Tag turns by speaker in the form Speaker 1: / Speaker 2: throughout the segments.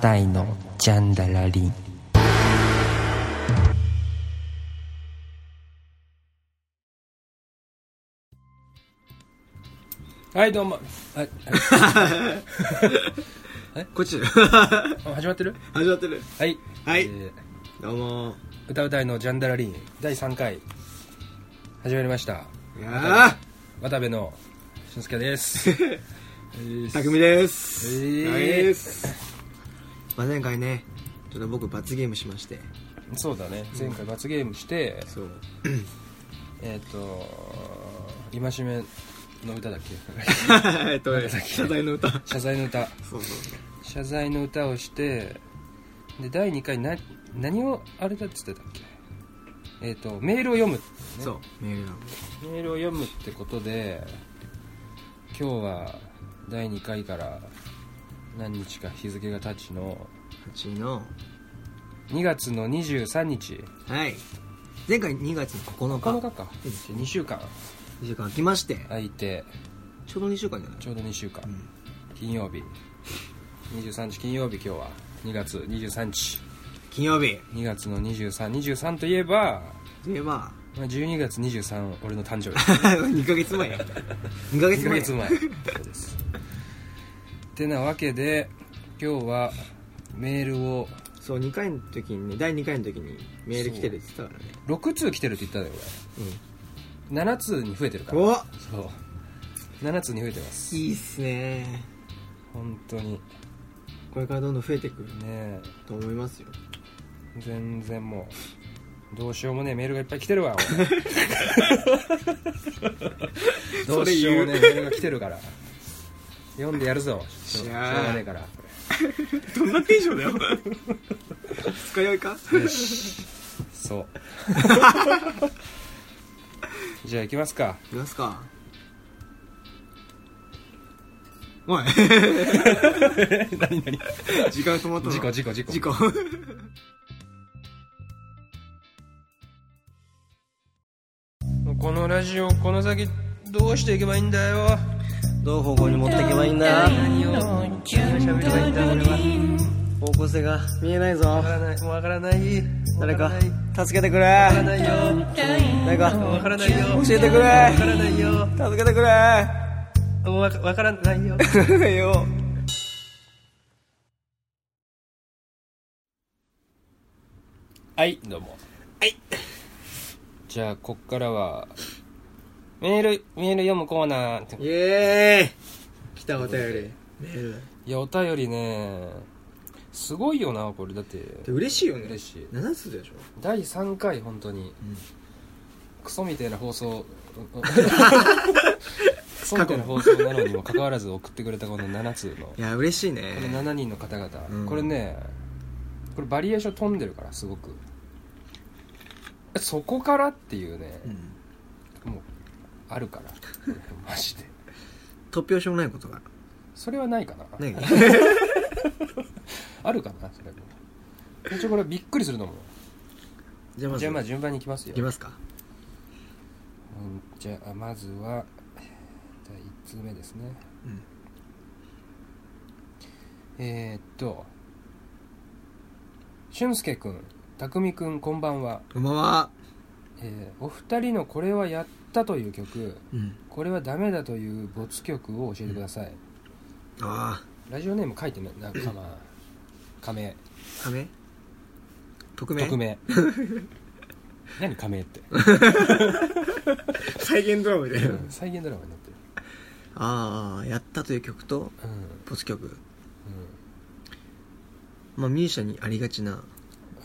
Speaker 1: タイのジャンダラリンはいどうもはい
Speaker 2: こっち
Speaker 1: あ 始まってる
Speaker 2: 始まってる
Speaker 1: はい
Speaker 2: はい
Speaker 1: ー
Speaker 2: どうも
Speaker 1: 歌うたいのジャンダラリン第3回始まりました
Speaker 2: いや
Speaker 1: 渡部の俊介です
Speaker 2: ー匠です
Speaker 1: えー
Speaker 2: ですまあ前回ねちょっと僕罰ゲームしまして
Speaker 1: そうだね前回罰ゲームして、
Speaker 2: そう
Speaker 1: えっ、と戒めの歌だ っけ
Speaker 2: えっとね謝罪の歌そ
Speaker 1: 謝罪の歌
Speaker 2: うそう
Speaker 1: 謝罪の歌をしてで第2回な何をあれだっつってたっけえっ、とメールを読む、
Speaker 2: そうメールなの
Speaker 1: メールを読むってことで今日は第2回から何日か日付が経ちの
Speaker 2: 8の
Speaker 1: 2月の23日
Speaker 2: はい前回2月の9
Speaker 1: 9
Speaker 2: 日
Speaker 1: 日か2週間
Speaker 2: 2週間空きまして
Speaker 1: 空いて
Speaker 2: ちょうど2週間じゃない
Speaker 1: ちょうど2週間、
Speaker 2: ん
Speaker 1: 金曜日23日金曜日今日は2月23日
Speaker 2: 金曜日
Speaker 1: 2月の2323といえば
Speaker 2: といえば
Speaker 1: まあ12月23俺の誕生日
Speaker 2: 2ヶ月前や2ヶ月
Speaker 1: 2ヶ
Speaker 2: 前
Speaker 1: 月前 そうですてなわけで今日はメールを
Speaker 2: そう2回の時にね第2回の時にメール来てるって言ってたからね
Speaker 1: 6通来てるって言ったのよ俺7通に増えてるか
Speaker 2: うん
Speaker 1: ら
Speaker 2: お
Speaker 1: そう7通に増えてます
Speaker 2: いいっすね
Speaker 1: 本当にね
Speaker 2: これからどんどん増えてくる
Speaker 1: え
Speaker 2: と思いますよ
Speaker 1: 全然もうどうしようもねえメールがいっぱい来てるわ 俺どうしようもねえメールが来てるから読んでやるぞしょうし
Speaker 2: し
Speaker 1: ょう
Speaker 2: ゃー
Speaker 1: がねえから
Speaker 2: どんなテンションだよ使いよいか
Speaker 1: よしそう じゃあ行きますか
Speaker 2: いますかお い
Speaker 1: 何何
Speaker 2: 時間止まったの
Speaker 1: 事故事故事故
Speaker 2: 事故
Speaker 1: このラジオこの先どうしていけばいいんだよ
Speaker 2: どう方向に持っていけばいいんだ
Speaker 1: 何を何喋ればいいんだ俺は
Speaker 2: 方向性が見えないぞ
Speaker 1: わからないわからない
Speaker 2: 誰
Speaker 1: わ
Speaker 2: から
Speaker 1: ない
Speaker 2: 助けてく
Speaker 1: わ
Speaker 2: れ
Speaker 1: からないよ
Speaker 2: 誰か
Speaker 1: わからないよ
Speaker 2: 教えてくれ
Speaker 1: わからないよ
Speaker 2: 助けてくれ
Speaker 1: わわからないよ
Speaker 2: よ
Speaker 1: はいどうも
Speaker 2: はい
Speaker 1: じゃあこっからはメールメール読むコーナー
Speaker 2: イエーイ来たお便りメール
Speaker 1: いやお便りねすごいよなこれだって
Speaker 2: で嬉しいよね
Speaker 1: 嬉しい
Speaker 2: 7つでしょ
Speaker 1: 第3回本当に、クソみたいな放送クソみたいな放送なのにもかかわらず送ってくれたこの7通のこ
Speaker 2: いや嬉しいね
Speaker 1: の7人の方々、
Speaker 2: うん
Speaker 1: これねこれバリエーション飛んでるからすごくえそこからっていうね
Speaker 2: う、ん
Speaker 1: もうあるからマジで
Speaker 2: 突拍子もないことが
Speaker 1: それはないかな、
Speaker 2: ね
Speaker 1: あるかなそれ一応これびっくりするのも
Speaker 2: じゃあまず
Speaker 1: じゃあまあ順番にいきますよ
Speaker 2: いきますか
Speaker 1: うんじゃあまずは第1通目ですね
Speaker 2: うん
Speaker 1: えー、っと俊介くん匠くんこんばんは、
Speaker 2: こんばんは
Speaker 1: えーお二人のこれはやったという曲
Speaker 2: うん
Speaker 1: これはダメだという没曲を教えてください、
Speaker 2: あ
Speaker 1: ラジオネーム書いてねなかま仮名
Speaker 2: あ仮名匿名
Speaker 1: 匿 名何仮名って
Speaker 2: 再現ドラマで
Speaker 1: うん再現ドラマになってる
Speaker 2: ああやったという曲と
Speaker 1: うんうん
Speaker 2: ボツ曲まあミュージシャンにありがちな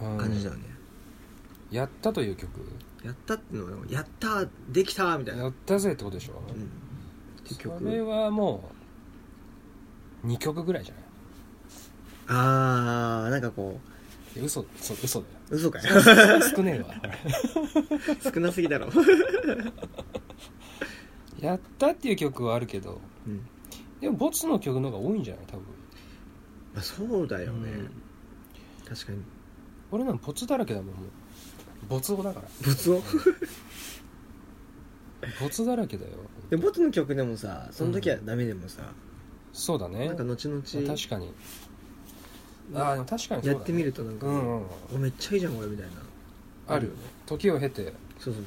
Speaker 1: うん
Speaker 2: 感じだよね、
Speaker 1: やったという曲
Speaker 2: やったっていうのはやったできたみたいな
Speaker 1: やったぜってことでしょ、
Speaker 2: うんっていう
Speaker 1: それ
Speaker 2: 曲
Speaker 1: はもう2曲ぐらいじゃない
Speaker 2: ああなんかこ
Speaker 1: いや嘘そ嘘だ
Speaker 2: う嘘かよ
Speaker 1: よ少ねえわこれ
Speaker 2: 少なすぎ だろ、
Speaker 1: やったっていう曲はあるけど
Speaker 2: うん
Speaker 1: でもボツの曲の方が多いんじゃない多分
Speaker 2: まあ、そうだよね、
Speaker 1: うん
Speaker 2: 確かに
Speaker 1: 俺なんボツだらけだもんもうボツ語だ から
Speaker 2: ボツを
Speaker 1: ボツだらけだよ
Speaker 2: でボツの曲でもさその時はダメでもさ、
Speaker 1: そうだね
Speaker 2: なんか後々
Speaker 1: 確かにああでも確かにそうだ、ね、
Speaker 2: やってみるとなんか、
Speaker 1: うんうん
Speaker 2: おめっちゃいいじゃんこれみたいな
Speaker 1: あるよね時を経て
Speaker 2: そうそう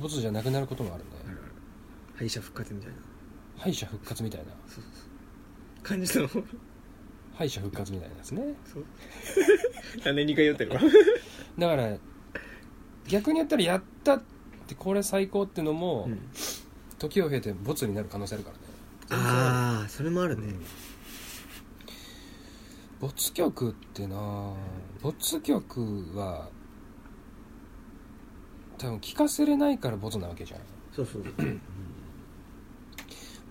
Speaker 1: ボツじゃなくなることもあるね
Speaker 2: 敗者復活みたいな
Speaker 1: 敗者復活みたいな
Speaker 2: そうそうそう感じの
Speaker 1: 敗者復活みたいなですね
Speaker 2: そう何2回言ってるわ
Speaker 1: だから逆に言ったらやったってこれ最高ってのも、
Speaker 2: うん
Speaker 1: 時を経てボツになる可能性あるからね
Speaker 2: ああそれもあるね、
Speaker 1: ボツ曲ってなボツ曲は多分聞かせれないからボツなわけじゃん
Speaker 2: そうそう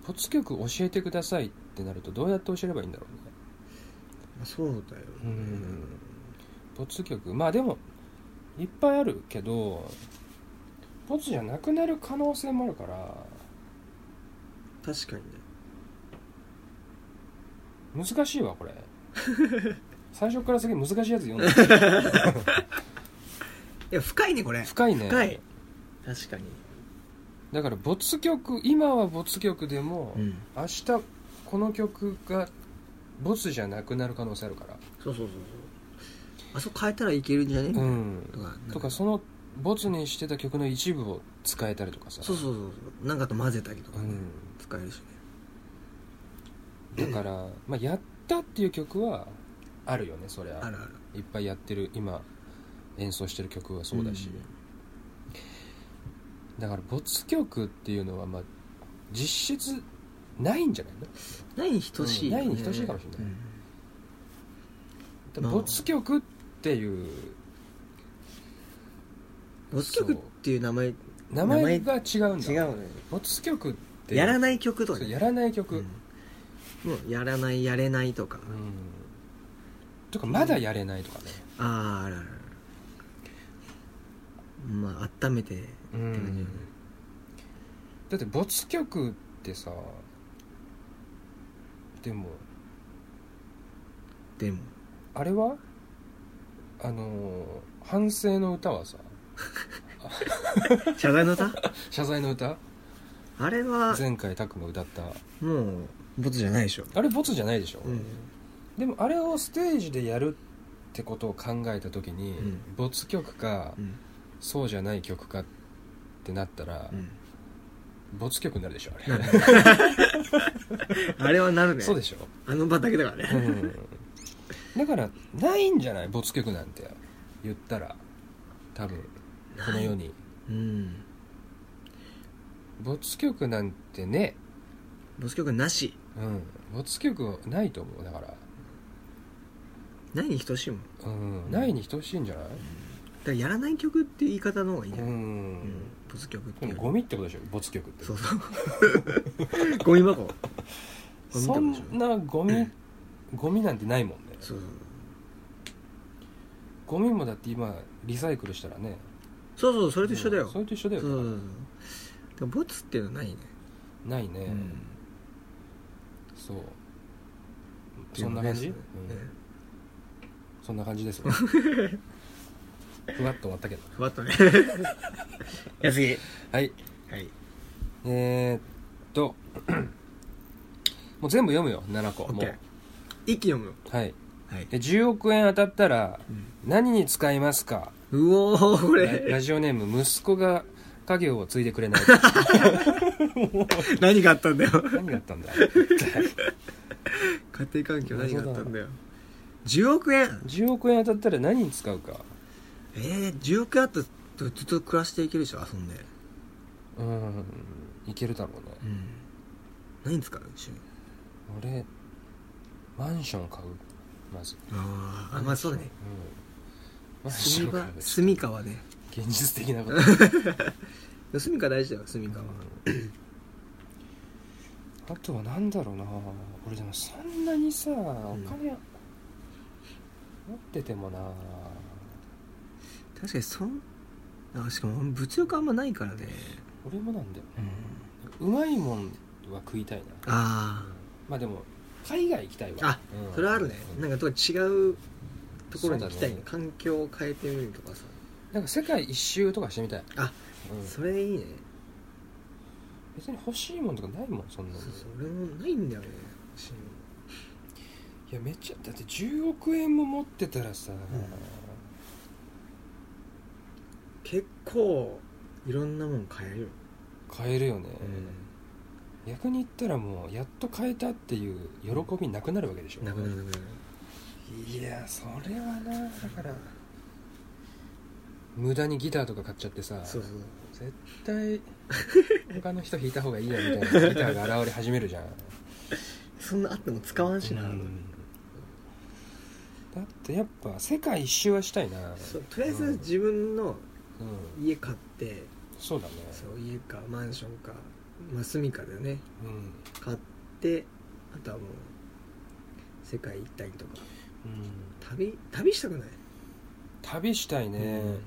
Speaker 1: ボツ曲教えてくださいってなるとどうやって教えればいいんだろうね
Speaker 2: まあそうだよ、
Speaker 1: うんボツ曲まあでもいっぱいあるけどボツじゃなくなる可能性もあるから
Speaker 2: 確かにね
Speaker 1: 難しいわこ れ最初からすげえ難しいやつ読んだ
Speaker 2: いや深いねこれ
Speaker 1: 深いね
Speaker 2: 深い確かに
Speaker 1: だから没曲今は没曲でも、
Speaker 2: うん
Speaker 1: 明日この曲が没じゃなくなる可能性あるから
Speaker 2: そうそうそうそうあそこ変えたらいけるんじゃね、
Speaker 1: うん
Speaker 2: とかなん
Speaker 1: とかその没にしてた曲の一部を使えたりとかさ
Speaker 2: そうそうそうそうなんかと混ぜたりとか
Speaker 1: う
Speaker 2: ね、
Speaker 1: ん
Speaker 2: 使えるしね
Speaker 1: だから、まあ、やったっていう曲はあるよねそりゃ
Speaker 2: あるある
Speaker 1: いっぱいやってる今演奏してる曲はそうだし、だから没曲っていうのはまあ実質ないんじゃないの
Speaker 2: ないに等しいよね、
Speaker 1: うんないに等しいかもしれない
Speaker 2: うん
Speaker 1: で
Speaker 2: まあ
Speaker 1: 没曲っていう
Speaker 2: 没曲っていう名前違う
Speaker 1: 名前が違うんだ
Speaker 2: のよ
Speaker 1: 没曲って
Speaker 2: やら
Speaker 1: い
Speaker 2: ない曲とか
Speaker 1: 曲
Speaker 2: ね
Speaker 1: やらない曲、
Speaker 2: うんもうやらないやれないとか、
Speaker 1: うんとかまだやれないとかね、
Speaker 2: あーあらららまあ温めてって感じよね、
Speaker 1: だって没曲ってさでも
Speaker 2: でも
Speaker 1: あれはあのー反省の歌はさ
Speaker 2: 謝罪 の歌
Speaker 1: 謝罪の歌
Speaker 2: あれは
Speaker 1: 前回拓磨歌った
Speaker 2: もうボツじゃないでしょ
Speaker 1: あれ没じゃないでしょ、
Speaker 2: うん
Speaker 1: でもあれをステージでやるってことを考えた時に、
Speaker 2: うん
Speaker 1: 没曲か、
Speaker 2: うん
Speaker 1: そうじゃない曲かってなったら、
Speaker 2: うん
Speaker 1: 没曲になるでしょあれ
Speaker 2: なるあれはなる ね
Speaker 1: そうでしょ、
Speaker 2: あの場だけだから
Speaker 1: う
Speaker 2: ね
Speaker 1: ん、だからないんじゃない没曲なんて言ったら多分この世に
Speaker 2: うん
Speaker 1: 没曲なんてね、
Speaker 2: ボス曲なし
Speaker 1: うん、没曲はないと思うだから、
Speaker 2: ないに等しいもんだ
Speaker 1: うん、ないに等しいんじゃない
Speaker 2: からやらない曲って言い方の方がいいんじ
Speaker 1: う
Speaker 2: ゃない、うん
Speaker 1: ん、
Speaker 2: ボス曲って
Speaker 1: で
Speaker 2: い
Speaker 1: も
Speaker 2: う
Speaker 1: ゴミってことでしょ没曲って
Speaker 2: そうそう ゴミ箱ゴミ
Speaker 1: そん
Speaker 2: でしょ
Speaker 1: なゴミゴミなんてないもんね
Speaker 2: そう
Speaker 1: ゴミもだって今リサイクルしたらね
Speaker 2: そうそうそうそ
Speaker 1: そ
Speaker 2: れと一緒だよ、
Speaker 1: それと一緒だよ
Speaker 2: そうそうそうでもボツっていうのはないね、
Speaker 1: ないね、
Speaker 2: うん
Speaker 1: そうそんな感じ、
Speaker 2: ね
Speaker 1: うんそんな感じ ですねふわっと終わったけど
Speaker 2: ふわっとね やすぎ
Speaker 1: はい
Speaker 2: はい
Speaker 1: えー、っともう全部読むよ7個も
Speaker 2: OK
Speaker 1: う
Speaker 2: 一気読む
Speaker 1: はい
Speaker 2: はい
Speaker 1: で10億円当たったら
Speaker 2: うん
Speaker 1: 何に使いますか、
Speaker 2: うおーこ
Speaker 1: ラ
Speaker 2: れ
Speaker 1: ラジオネーム息子が家業を継いでく れない
Speaker 2: 何があったんだよ
Speaker 1: 何があったんだ
Speaker 2: 家庭環境何があったんだよ10億円
Speaker 1: 10億円当たったら何に使うか
Speaker 2: えー、10億円あったらずずっと暮らしていけるでしょ遊んで
Speaker 1: うんいけるだろうね
Speaker 2: うん何使う趣味
Speaker 1: 俺マンション買うまず、
Speaker 2: あーあまあそうだね
Speaker 1: マンション
Speaker 2: 住み
Speaker 1: 買
Speaker 2: か
Speaker 1: う
Speaker 2: 住みかはね
Speaker 1: 現実的なこと
Speaker 2: 住みか大事だよ住みかは
Speaker 1: あとは何だろうな俺でもそんなにさお金持っててもな
Speaker 2: 確かにそんあしかも物欲あんまないからね
Speaker 1: 俺もなんだよ
Speaker 2: うん
Speaker 1: うまいもんは食いたいな
Speaker 2: あ
Speaker 1: まあでも海外行きたいわ
Speaker 2: あ
Speaker 1: う
Speaker 2: あ
Speaker 1: ん
Speaker 2: それはあるね
Speaker 1: うん
Speaker 2: なんかと違うところに行きたい
Speaker 1: そうだ
Speaker 2: ね
Speaker 1: ね
Speaker 2: 環境を変えてみるとかさ
Speaker 1: なんか世界一周とかしてみたい
Speaker 2: あ
Speaker 1: うん
Speaker 2: それいいね
Speaker 1: 別に欲しいもんとかないもんそんな
Speaker 2: そ
Speaker 1: に
Speaker 2: うそう俺もないんだよね
Speaker 1: いやめっちゃだって10億円も持ってたらさ、
Speaker 2: 結構いろんなもん買えるよ、
Speaker 1: 買えるよね、逆に言ったらもうやっと買えたっていう喜びなくなるわけでしょ
Speaker 2: なくなるなくなる
Speaker 1: いやそれはなだから無駄にギターとか買っちゃってさ
Speaker 2: そうそう
Speaker 1: 絶対他の人弾いた方がいいやみたいなギターが現れ始めるじゃん
Speaker 2: そんなあっても使わんしな、
Speaker 1: うんだってやっぱ世界一周はしたいな
Speaker 2: そうとりあえず自分の
Speaker 1: うん
Speaker 2: 家買って、
Speaker 1: そうだね
Speaker 2: そう家かマンションか、まあ、住みかだよね
Speaker 1: うん
Speaker 2: 買ってあとはもう世界行ったりとか
Speaker 1: うん
Speaker 2: 旅旅したくない
Speaker 1: 旅したいね、
Speaker 2: うん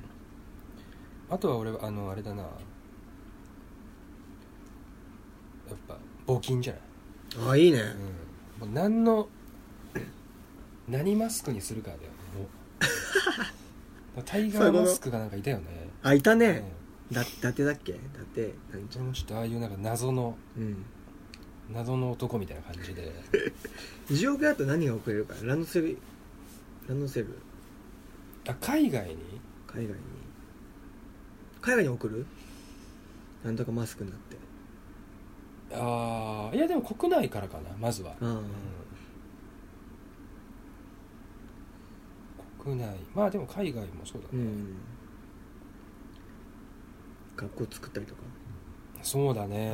Speaker 1: あとは俺はあのあれだなやっぱ募金じゃない、
Speaker 2: ああいいね
Speaker 1: うん、もう何の何マスクにするかだよねもう だからタイガーマスクがなんかいたよね
Speaker 2: あいたね
Speaker 1: うん、
Speaker 2: だ伊達だっけ伊達なんち
Speaker 1: そ
Speaker 2: ゃ
Speaker 1: れもちょっとああいうなんか謎の
Speaker 2: うん
Speaker 1: 謎の男みたいな感じで
Speaker 2: 10億円だと何が送れるかランドセルランドセル
Speaker 1: あ海外に
Speaker 2: 海外に海外に送るなんとかマスクになって
Speaker 1: ああいやでも国内からかなまずは、
Speaker 2: ああ、
Speaker 1: うん国内まあでも海外もそうだ
Speaker 2: う
Speaker 1: ね、
Speaker 2: ん学校作ったりとか、
Speaker 1: そうだね、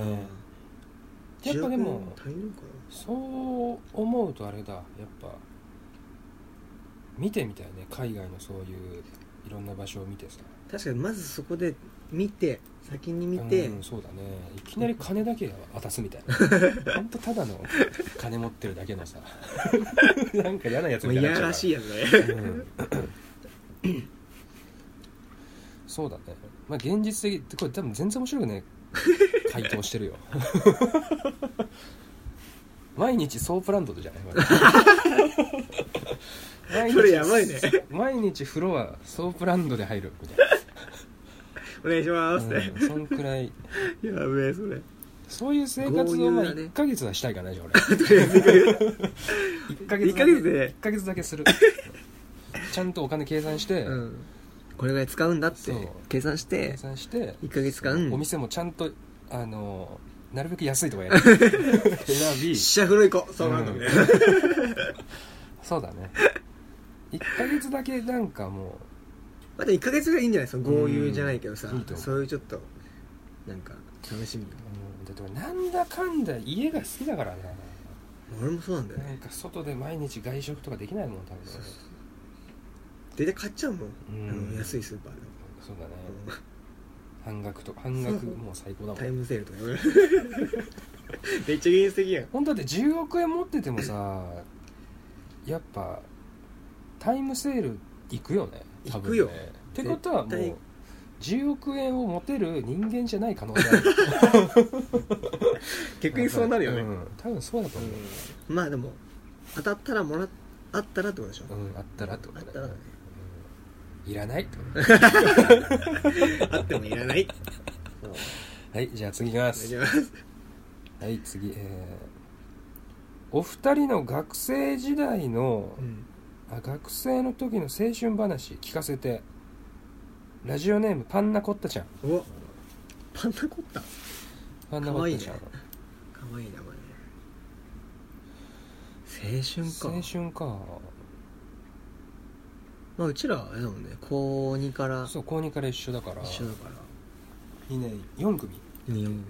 Speaker 1: やっぱでも
Speaker 2: 10億円足りるのか
Speaker 1: そう思うとあれだやっぱ見てみたいね海外のそういういろんな場所を見てさ
Speaker 2: な確かにまずそこで見て先に見て、
Speaker 1: うん、そうだねいきなり金だけ渡すみたい なほんとただの金持ってるだけのさ なんか嫌なやつ
Speaker 2: まあ
Speaker 1: みたいになっちゃ
Speaker 2: いや
Speaker 1: うから
Speaker 2: しいやつ
Speaker 1: う
Speaker 2: ね
Speaker 1: んそうだねまあ現実的これ多分全然面白くね回答してるよ 毎日ソープランドじゃない毎日
Speaker 2: それやばいね
Speaker 1: 毎日風呂はソープランドで入るみたいな
Speaker 2: お願いします、
Speaker 1: うん、そんくらい
Speaker 2: やべえそれ
Speaker 1: そういう生活をまあ
Speaker 2: 豪遊だね
Speaker 1: 1ヶ月はしたいかなじゃあ
Speaker 2: とりあえず行く
Speaker 1: 俺1ヶ月だけ
Speaker 2: 一ヶ月で
Speaker 1: 一ヶ月だけす るちゃんとお金計算して、
Speaker 2: うん、これぐらい使うんだっ
Speaker 1: そう
Speaker 2: て計算し
Speaker 1: 計
Speaker 2: て
Speaker 1: 算して
Speaker 2: 1ヶ月間
Speaker 1: お店もちゃんとあのなるべく安いとこやる選び
Speaker 2: ゃ風呂行こうそうなんだみたいな
Speaker 1: そうだね1ヶ月だけなんかも
Speaker 2: まだ1ヶ月ぐらいいいんじゃないその豪遊じゃないけどさ
Speaker 1: うんいいと思う
Speaker 2: そういうちょっとなんか楽しみ
Speaker 1: う、うん、だって俺なんだかんだ家が好きだからな
Speaker 2: 俺もそうなんだよ
Speaker 1: な
Speaker 2: ね
Speaker 1: んか外で毎日外食とかできないもん多分
Speaker 2: そ
Speaker 1: そう
Speaker 2: うそう大体買っちゃうもん、
Speaker 1: うん
Speaker 2: あの安いスーパーでも、
Speaker 1: だね半額と半額もう最高だも
Speaker 2: タイ
Speaker 1: ん
Speaker 2: ムセールとか めっちゃ現実的やん
Speaker 1: 本当だって10億円持っててもさやっぱタイムセール行くよね多分ね
Speaker 2: 行くよ
Speaker 1: ってことはも
Speaker 2: 絶
Speaker 1: う
Speaker 2: 対
Speaker 1: 10億円を持てる人間じゃない可能性ある
Speaker 2: 結局そうなるよね、
Speaker 1: ん多分そうだと思う、
Speaker 2: うんまあでも当たったらもらっあったらってことでしょ、
Speaker 1: うんあったらってこと
Speaker 2: あっ
Speaker 1: だ
Speaker 2: たら
Speaker 1: よ
Speaker 2: ね
Speaker 1: ねいらないってこと
Speaker 2: あってもいらないそう
Speaker 1: はいじゃあ次いきま
Speaker 2: 大
Speaker 1: す
Speaker 2: 丈夫です
Speaker 1: はい次えーお二人の学生時代の、
Speaker 2: うん
Speaker 1: あ学生の時の青春話聞かせてラジオネームパンナコッタちゃん
Speaker 2: おパンナコッタ
Speaker 1: パンナコッタちゃん、
Speaker 2: かかわいい名前青春か
Speaker 1: 青春か
Speaker 2: まあ、うちらはあれだもんね高2から
Speaker 1: そう高2から一緒だから
Speaker 2: 一緒だから
Speaker 1: 2年4組
Speaker 2: 日本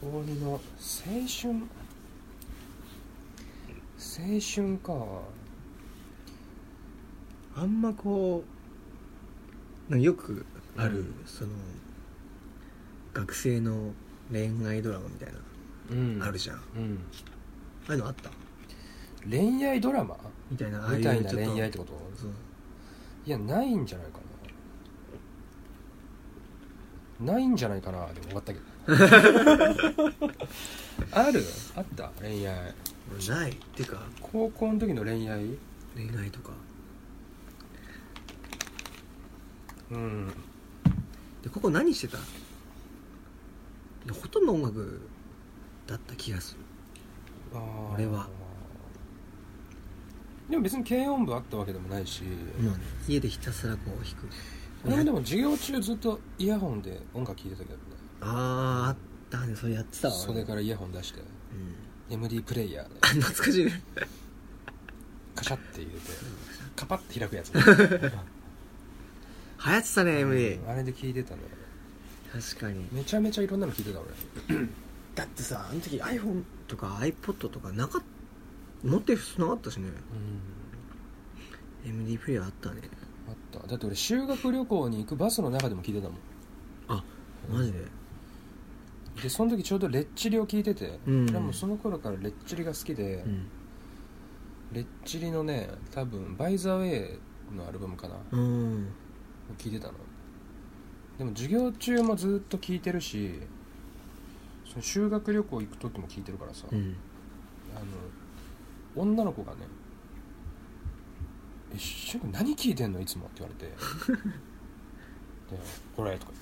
Speaker 1: 高2の青春青春か
Speaker 2: あんまこうなんかよくある、
Speaker 1: うん
Speaker 2: その学生の恋愛ドラマみたいな、
Speaker 1: うん
Speaker 2: あるじゃんあ
Speaker 1: うん
Speaker 2: あいうのあった
Speaker 1: 恋愛ドラマ
Speaker 2: みたいなああいう
Speaker 1: みたいな
Speaker 2: ちょっと
Speaker 1: 恋愛ってこと
Speaker 2: そう
Speaker 1: いやないんじゃないかなないんじゃないかなでも終わったけど あるあった恋愛
Speaker 2: 俺ないっていうか
Speaker 1: 高校の時の恋愛
Speaker 2: 恋愛とか
Speaker 1: うん
Speaker 2: でここ何してたでほとんど音楽だった気がする
Speaker 1: あー
Speaker 2: 俺は
Speaker 1: でも別に軽音部あったわけでもないし、
Speaker 2: まあね家でひたすらこう弾く
Speaker 1: 俺もでも授業中ずっとイヤホンで音楽聴いてたけどね
Speaker 2: あああったねそれやってたわ
Speaker 1: 袖からイヤホン出して
Speaker 2: うん
Speaker 1: MD プレイヤーで
Speaker 2: あ懐かしいね
Speaker 1: カシャって入れてカパッて開くやつ う
Speaker 2: 流行ってたね MD
Speaker 1: んあれで聴いてたね
Speaker 2: 確かに
Speaker 1: めちゃめちゃいろんなの聴いてた俺
Speaker 2: だってさあの時 iPhone とか iPod とかなかっ持ってる人なかったしね
Speaker 1: うん
Speaker 2: MD プレイヤーあったね
Speaker 1: あっただって俺修学旅行に行くバスの中でも聴いてたもん
Speaker 2: あマジで
Speaker 1: でその時ちょうどレッチリを聴いてて、
Speaker 2: うん
Speaker 1: でもその頃からレッチリが好きで、
Speaker 2: うん
Speaker 1: レッチリのね多分「バイ・ザ・ウェイ」のアルバムかな、
Speaker 2: うん
Speaker 1: 聞いてたのでも授業中もずっと聞いてるしその修学旅行行く時も聞いてるからさ、
Speaker 2: うん
Speaker 1: あの女の子がね「えしゅんくん何聞いてんのいつも」って言わ れて「でこれ」とか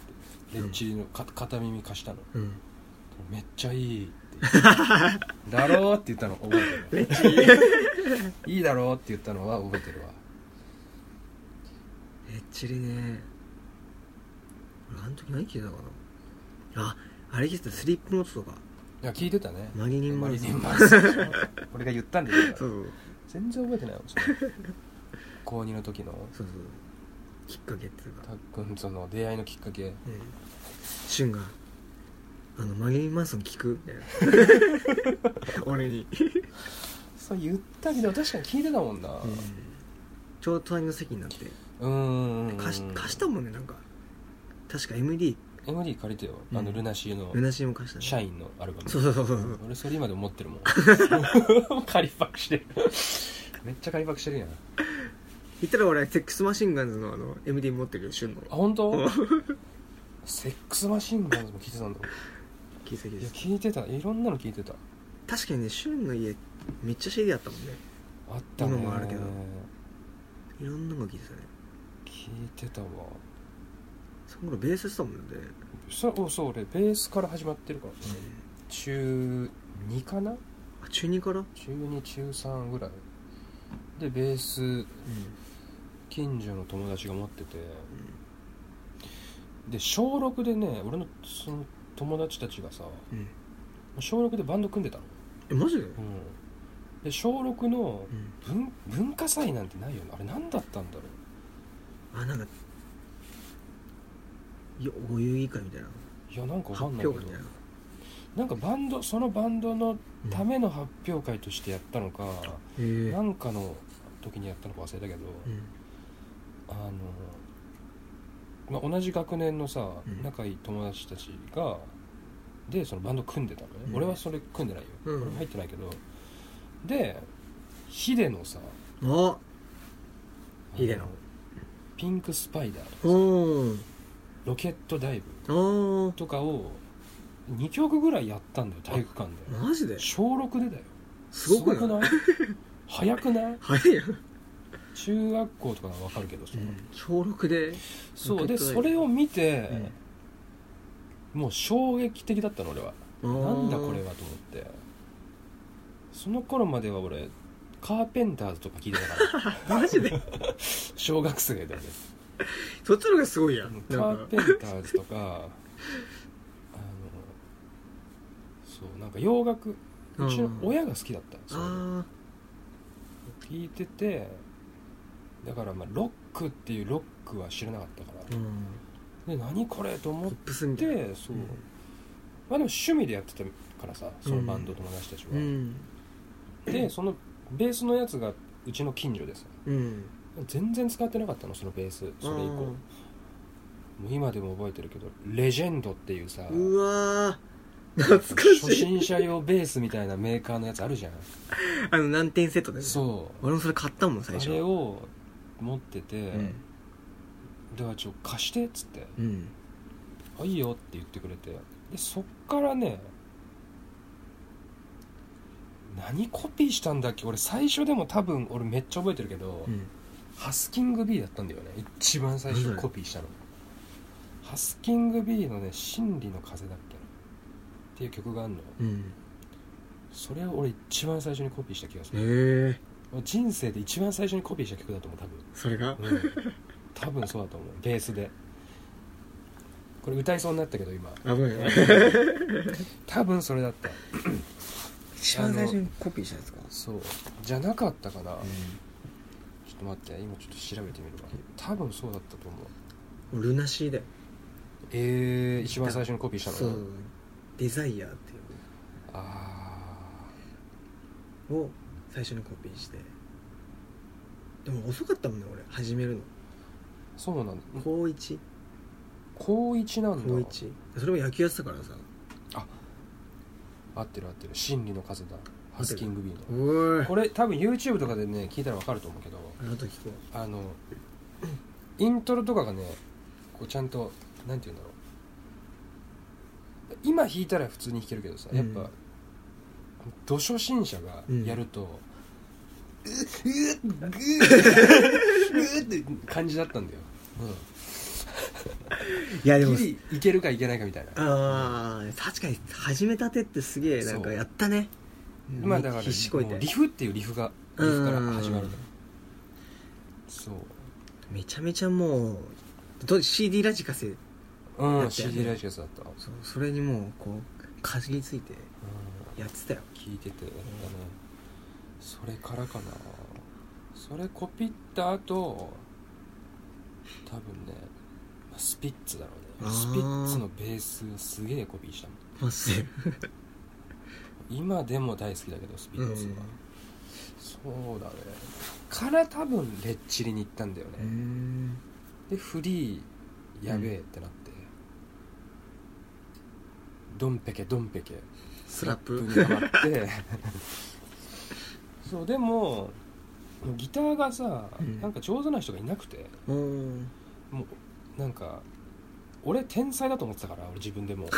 Speaker 1: 言ってレッチリのか片耳貸したの
Speaker 2: うん
Speaker 1: 「めっちゃいい」って言 って「だろ?」って言ったの覚えてる
Speaker 2: めっちゃいいめっ
Speaker 1: いいだろうって言ったのは覚えてるわ
Speaker 2: ちゃいいね俺あの時何聞いてたかなああれ聞いてたスリップノートとか
Speaker 1: いや聞いてたね
Speaker 2: マリリン・マンソン
Speaker 1: マリリンマンソンでしょ俺が言ったんだよ
Speaker 2: そう
Speaker 1: 全然覚えてないわそれ高2の時の
Speaker 2: そうそうきっかけっていうか
Speaker 1: たっくんとの出会いのきっかけ
Speaker 2: うん俊が「あのマリリン・マンソン聞く?」みたいな 俺に、
Speaker 1: そう言ったけど確かに聞いてたもんな
Speaker 2: うんちょうど隣の席になって
Speaker 1: うんん
Speaker 2: 貸し貸したもんねなんか確か MD
Speaker 1: MD 借りてよ
Speaker 2: うん
Speaker 1: あのルナシーの
Speaker 2: ルナシーも貸したね
Speaker 1: 社員のアルバム
Speaker 2: そうそうそうそう
Speaker 1: 俺それ今でも持ってるもん 借りパクしてるめっちゃ借りパクしてるやんあ
Speaker 2: 言ったら俺セックスマシンガンズのあの MD 持ってるよ俊の
Speaker 1: 本
Speaker 2: う
Speaker 1: 当
Speaker 2: ん
Speaker 1: セックスマシンガンズも聞いてたんだ
Speaker 2: 聞いた
Speaker 1: い
Speaker 2: で
Speaker 1: や
Speaker 2: す
Speaker 1: 聞いてたいろんなの聞いてた
Speaker 2: 確かにね俊の家めっちゃ CD あったもんね
Speaker 1: あったね
Speaker 2: 今もあるけどいろんなの聞いてたね
Speaker 1: 聞いてたわ
Speaker 2: その頃ベースしたもんね、
Speaker 1: そおそう俺ベースから始まってるからね中2かな
Speaker 2: あ中2からうん
Speaker 1: 中2中3ぐらいでベース近所の友達が持っててで小6でね俺のその友達たちがさ
Speaker 2: うん、うん、
Speaker 1: 小6でバンド組んでたの、
Speaker 2: えマジで、
Speaker 1: うん、で小6の
Speaker 2: うん
Speaker 1: 文文化祭なんてないよねあれ何だったんだろ
Speaker 2: あなんかよご遊戯会みたいな
Speaker 1: ういやなんかわ
Speaker 2: 発
Speaker 1: かんない
Speaker 2: 表
Speaker 1: け
Speaker 2: 会
Speaker 1: ど
Speaker 2: みたいな
Speaker 1: なんかバンドそのバンドの
Speaker 2: うん
Speaker 1: ための発表会としてやったのか、
Speaker 2: へえ
Speaker 1: なんかの時にやったのか忘れたけど、
Speaker 2: うん
Speaker 1: あの、まあ、同じ学年のさ、
Speaker 2: うん
Speaker 1: 仲いい友達たちがでそのバンド組んでたのね、
Speaker 2: うん
Speaker 1: 俺はそれ組んでないよ、
Speaker 2: うん
Speaker 1: 俺も入ってないけどでヒデのさ
Speaker 2: あヒデ
Speaker 1: あ
Speaker 2: の
Speaker 1: ピンクスパイダーとか
Speaker 2: おお
Speaker 1: ロケットダイブ
Speaker 2: あ
Speaker 1: とかを2曲ぐらいやったんだよ体育館
Speaker 2: あ
Speaker 1: で
Speaker 2: マジで
Speaker 1: 小6でだよ
Speaker 2: すごくない
Speaker 1: い早くない
Speaker 2: 早いやん、
Speaker 1: 中学校とかなら分かるけどさ、
Speaker 2: 小6で
Speaker 1: そうで
Speaker 2: ロケットダイブ
Speaker 1: それを見て、もう衝撃的だったの俺はな
Speaker 2: なん
Speaker 1: だこれはと思ってその頃までは俺カーペンターズとか聞いてた から
Speaker 2: マジで
Speaker 1: 小学生でね
Speaker 2: そっちの方がすごいやん
Speaker 1: カ
Speaker 2: な
Speaker 1: ー
Speaker 2: ん
Speaker 1: ペ
Speaker 2: か
Speaker 1: ンターズとかあのそうなんか洋楽うちの親が好きだったそう
Speaker 2: あ
Speaker 1: 聞いててだからまあロックっていうロックは知らなかったから
Speaker 2: あ、うん
Speaker 1: で何これと
Speaker 2: ポ
Speaker 1: 思っ
Speaker 2: ップスみたいな
Speaker 1: てそう、まあでも趣味でやってたからさそのバンド友達たちは、
Speaker 2: うん
Speaker 1: でそのベースのやつがうちの近所でさ
Speaker 2: うん
Speaker 1: 全然使ってなかったのそのベースそれ以降もう今でも覚えてるけどレジェンドっていうさ
Speaker 2: あーうわー懐か
Speaker 1: 初
Speaker 2: しい
Speaker 1: 心者用ベースみたいなメーカーのやつあるじゃん
Speaker 2: あの何点セットで
Speaker 1: そ
Speaker 2: 俺もそれ買ったもん
Speaker 1: う
Speaker 2: 最
Speaker 1: あ
Speaker 2: 初
Speaker 1: れを持ってて、
Speaker 2: うん
Speaker 1: だからちょっと貸してっつって
Speaker 2: うん
Speaker 1: 「あいいよ」って言ってくれてでそっからね何コピーしたんだっけ俺最初でも多分俺めっちゃ覚えてるけど、
Speaker 2: うん
Speaker 1: ハスキング B だったんだよね一番最初
Speaker 2: 何そ
Speaker 1: に
Speaker 2: れ
Speaker 1: コピーしたのハスキング B のね「真理の風」だっけなっていう曲があるの
Speaker 2: うん
Speaker 1: それを俺一番最初にコピーした気がす
Speaker 2: へえ
Speaker 1: る人生で一番最初にコピーした曲だと思う多分
Speaker 2: それが、
Speaker 1: うん多分そうだと思うベースでこれ歌いそうになったけど今
Speaker 2: 危ない
Speaker 1: 多分それだった
Speaker 2: 一番最初にコピーしたやつか
Speaker 1: そうじゃなかったかな、ちょっと待って今ちょっと調べてみるわ多分そうだったと思う
Speaker 2: うんルナシーだよ
Speaker 1: えー、一番最初にコピーした
Speaker 2: そ
Speaker 1: の
Speaker 2: うデザイアーっていう
Speaker 1: あ
Speaker 2: を最初にコピーしてでも遅かったもんね俺始めるの
Speaker 1: あそうなんだ
Speaker 2: 高1
Speaker 1: 高1なんだ
Speaker 2: 高1それも野球やってたからさ
Speaker 1: 合ってる合ってる真理の風だハスキングビーの
Speaker 2: おい
Speaker 1: これ多分 YouTube とかでね聞いたら分かると思うけど
Speaker 2: あの時こ
Speaker 1: あの イントロとかがねこうちゃんとなんて言うんだろう今弾いたら普通に弾けるけどさやっぱ、
Speaker 2: うん
Speaker 1: ど初心者がやると、うううううって感じだったんだよ、
Speaker 2: いや
Speaker 1: う
Speaker 2: で
Speaker 1: ん、
Speaker 2: も
Speaker 1: ギリいけるかいけないかみたいな
Speaker 2: ああ確かに始めたてってすげえなんかやったねうん
Speaker 1: まあだから
Speaker 2: 必死こい
Speaker 1: もう
Speaker 2: て
Speaker 1: リフっていうリフがリフから始まる
Speaker 2: うん
Speaker 1: そう
Speaker 2: めちゃめちゃもうど CD ラジカセ
Speaker 1: う
Speaker 2: だ
Speaker 1: ん
Speaker 2: ったよね
Speaker 1: CD ラジオスだった、うん、
Speaker 2: そうそれにもうこうかじりついてやってたよ
Speaker 1: 聞いててやったねそれからかなそれコピった後多分ねまあスピッツだろうね
Speaker 2: あー
Speaker 1: スピッツのベースすげえコピーしたもん
Speaker 2: マジで
Speaker 1: 今でも大好きだけどスピッツは、
Speaker 2: うん
Speaker 1: そうだねから多分レッチリに行ったんだよね、
Speaker 2: うん
Speaker 1: でフリーやべえってなって、ドンペケドンペケ
Speaker 2: スラップ
Speaker 1: にハマって そうでもギターがさ、
Speaker 2: うん
Speaker 1: なんか上手な人がいなくて
Speaker 2: うん
Speaker 1: もうなんか俺天才だと思ってたから俺自分でも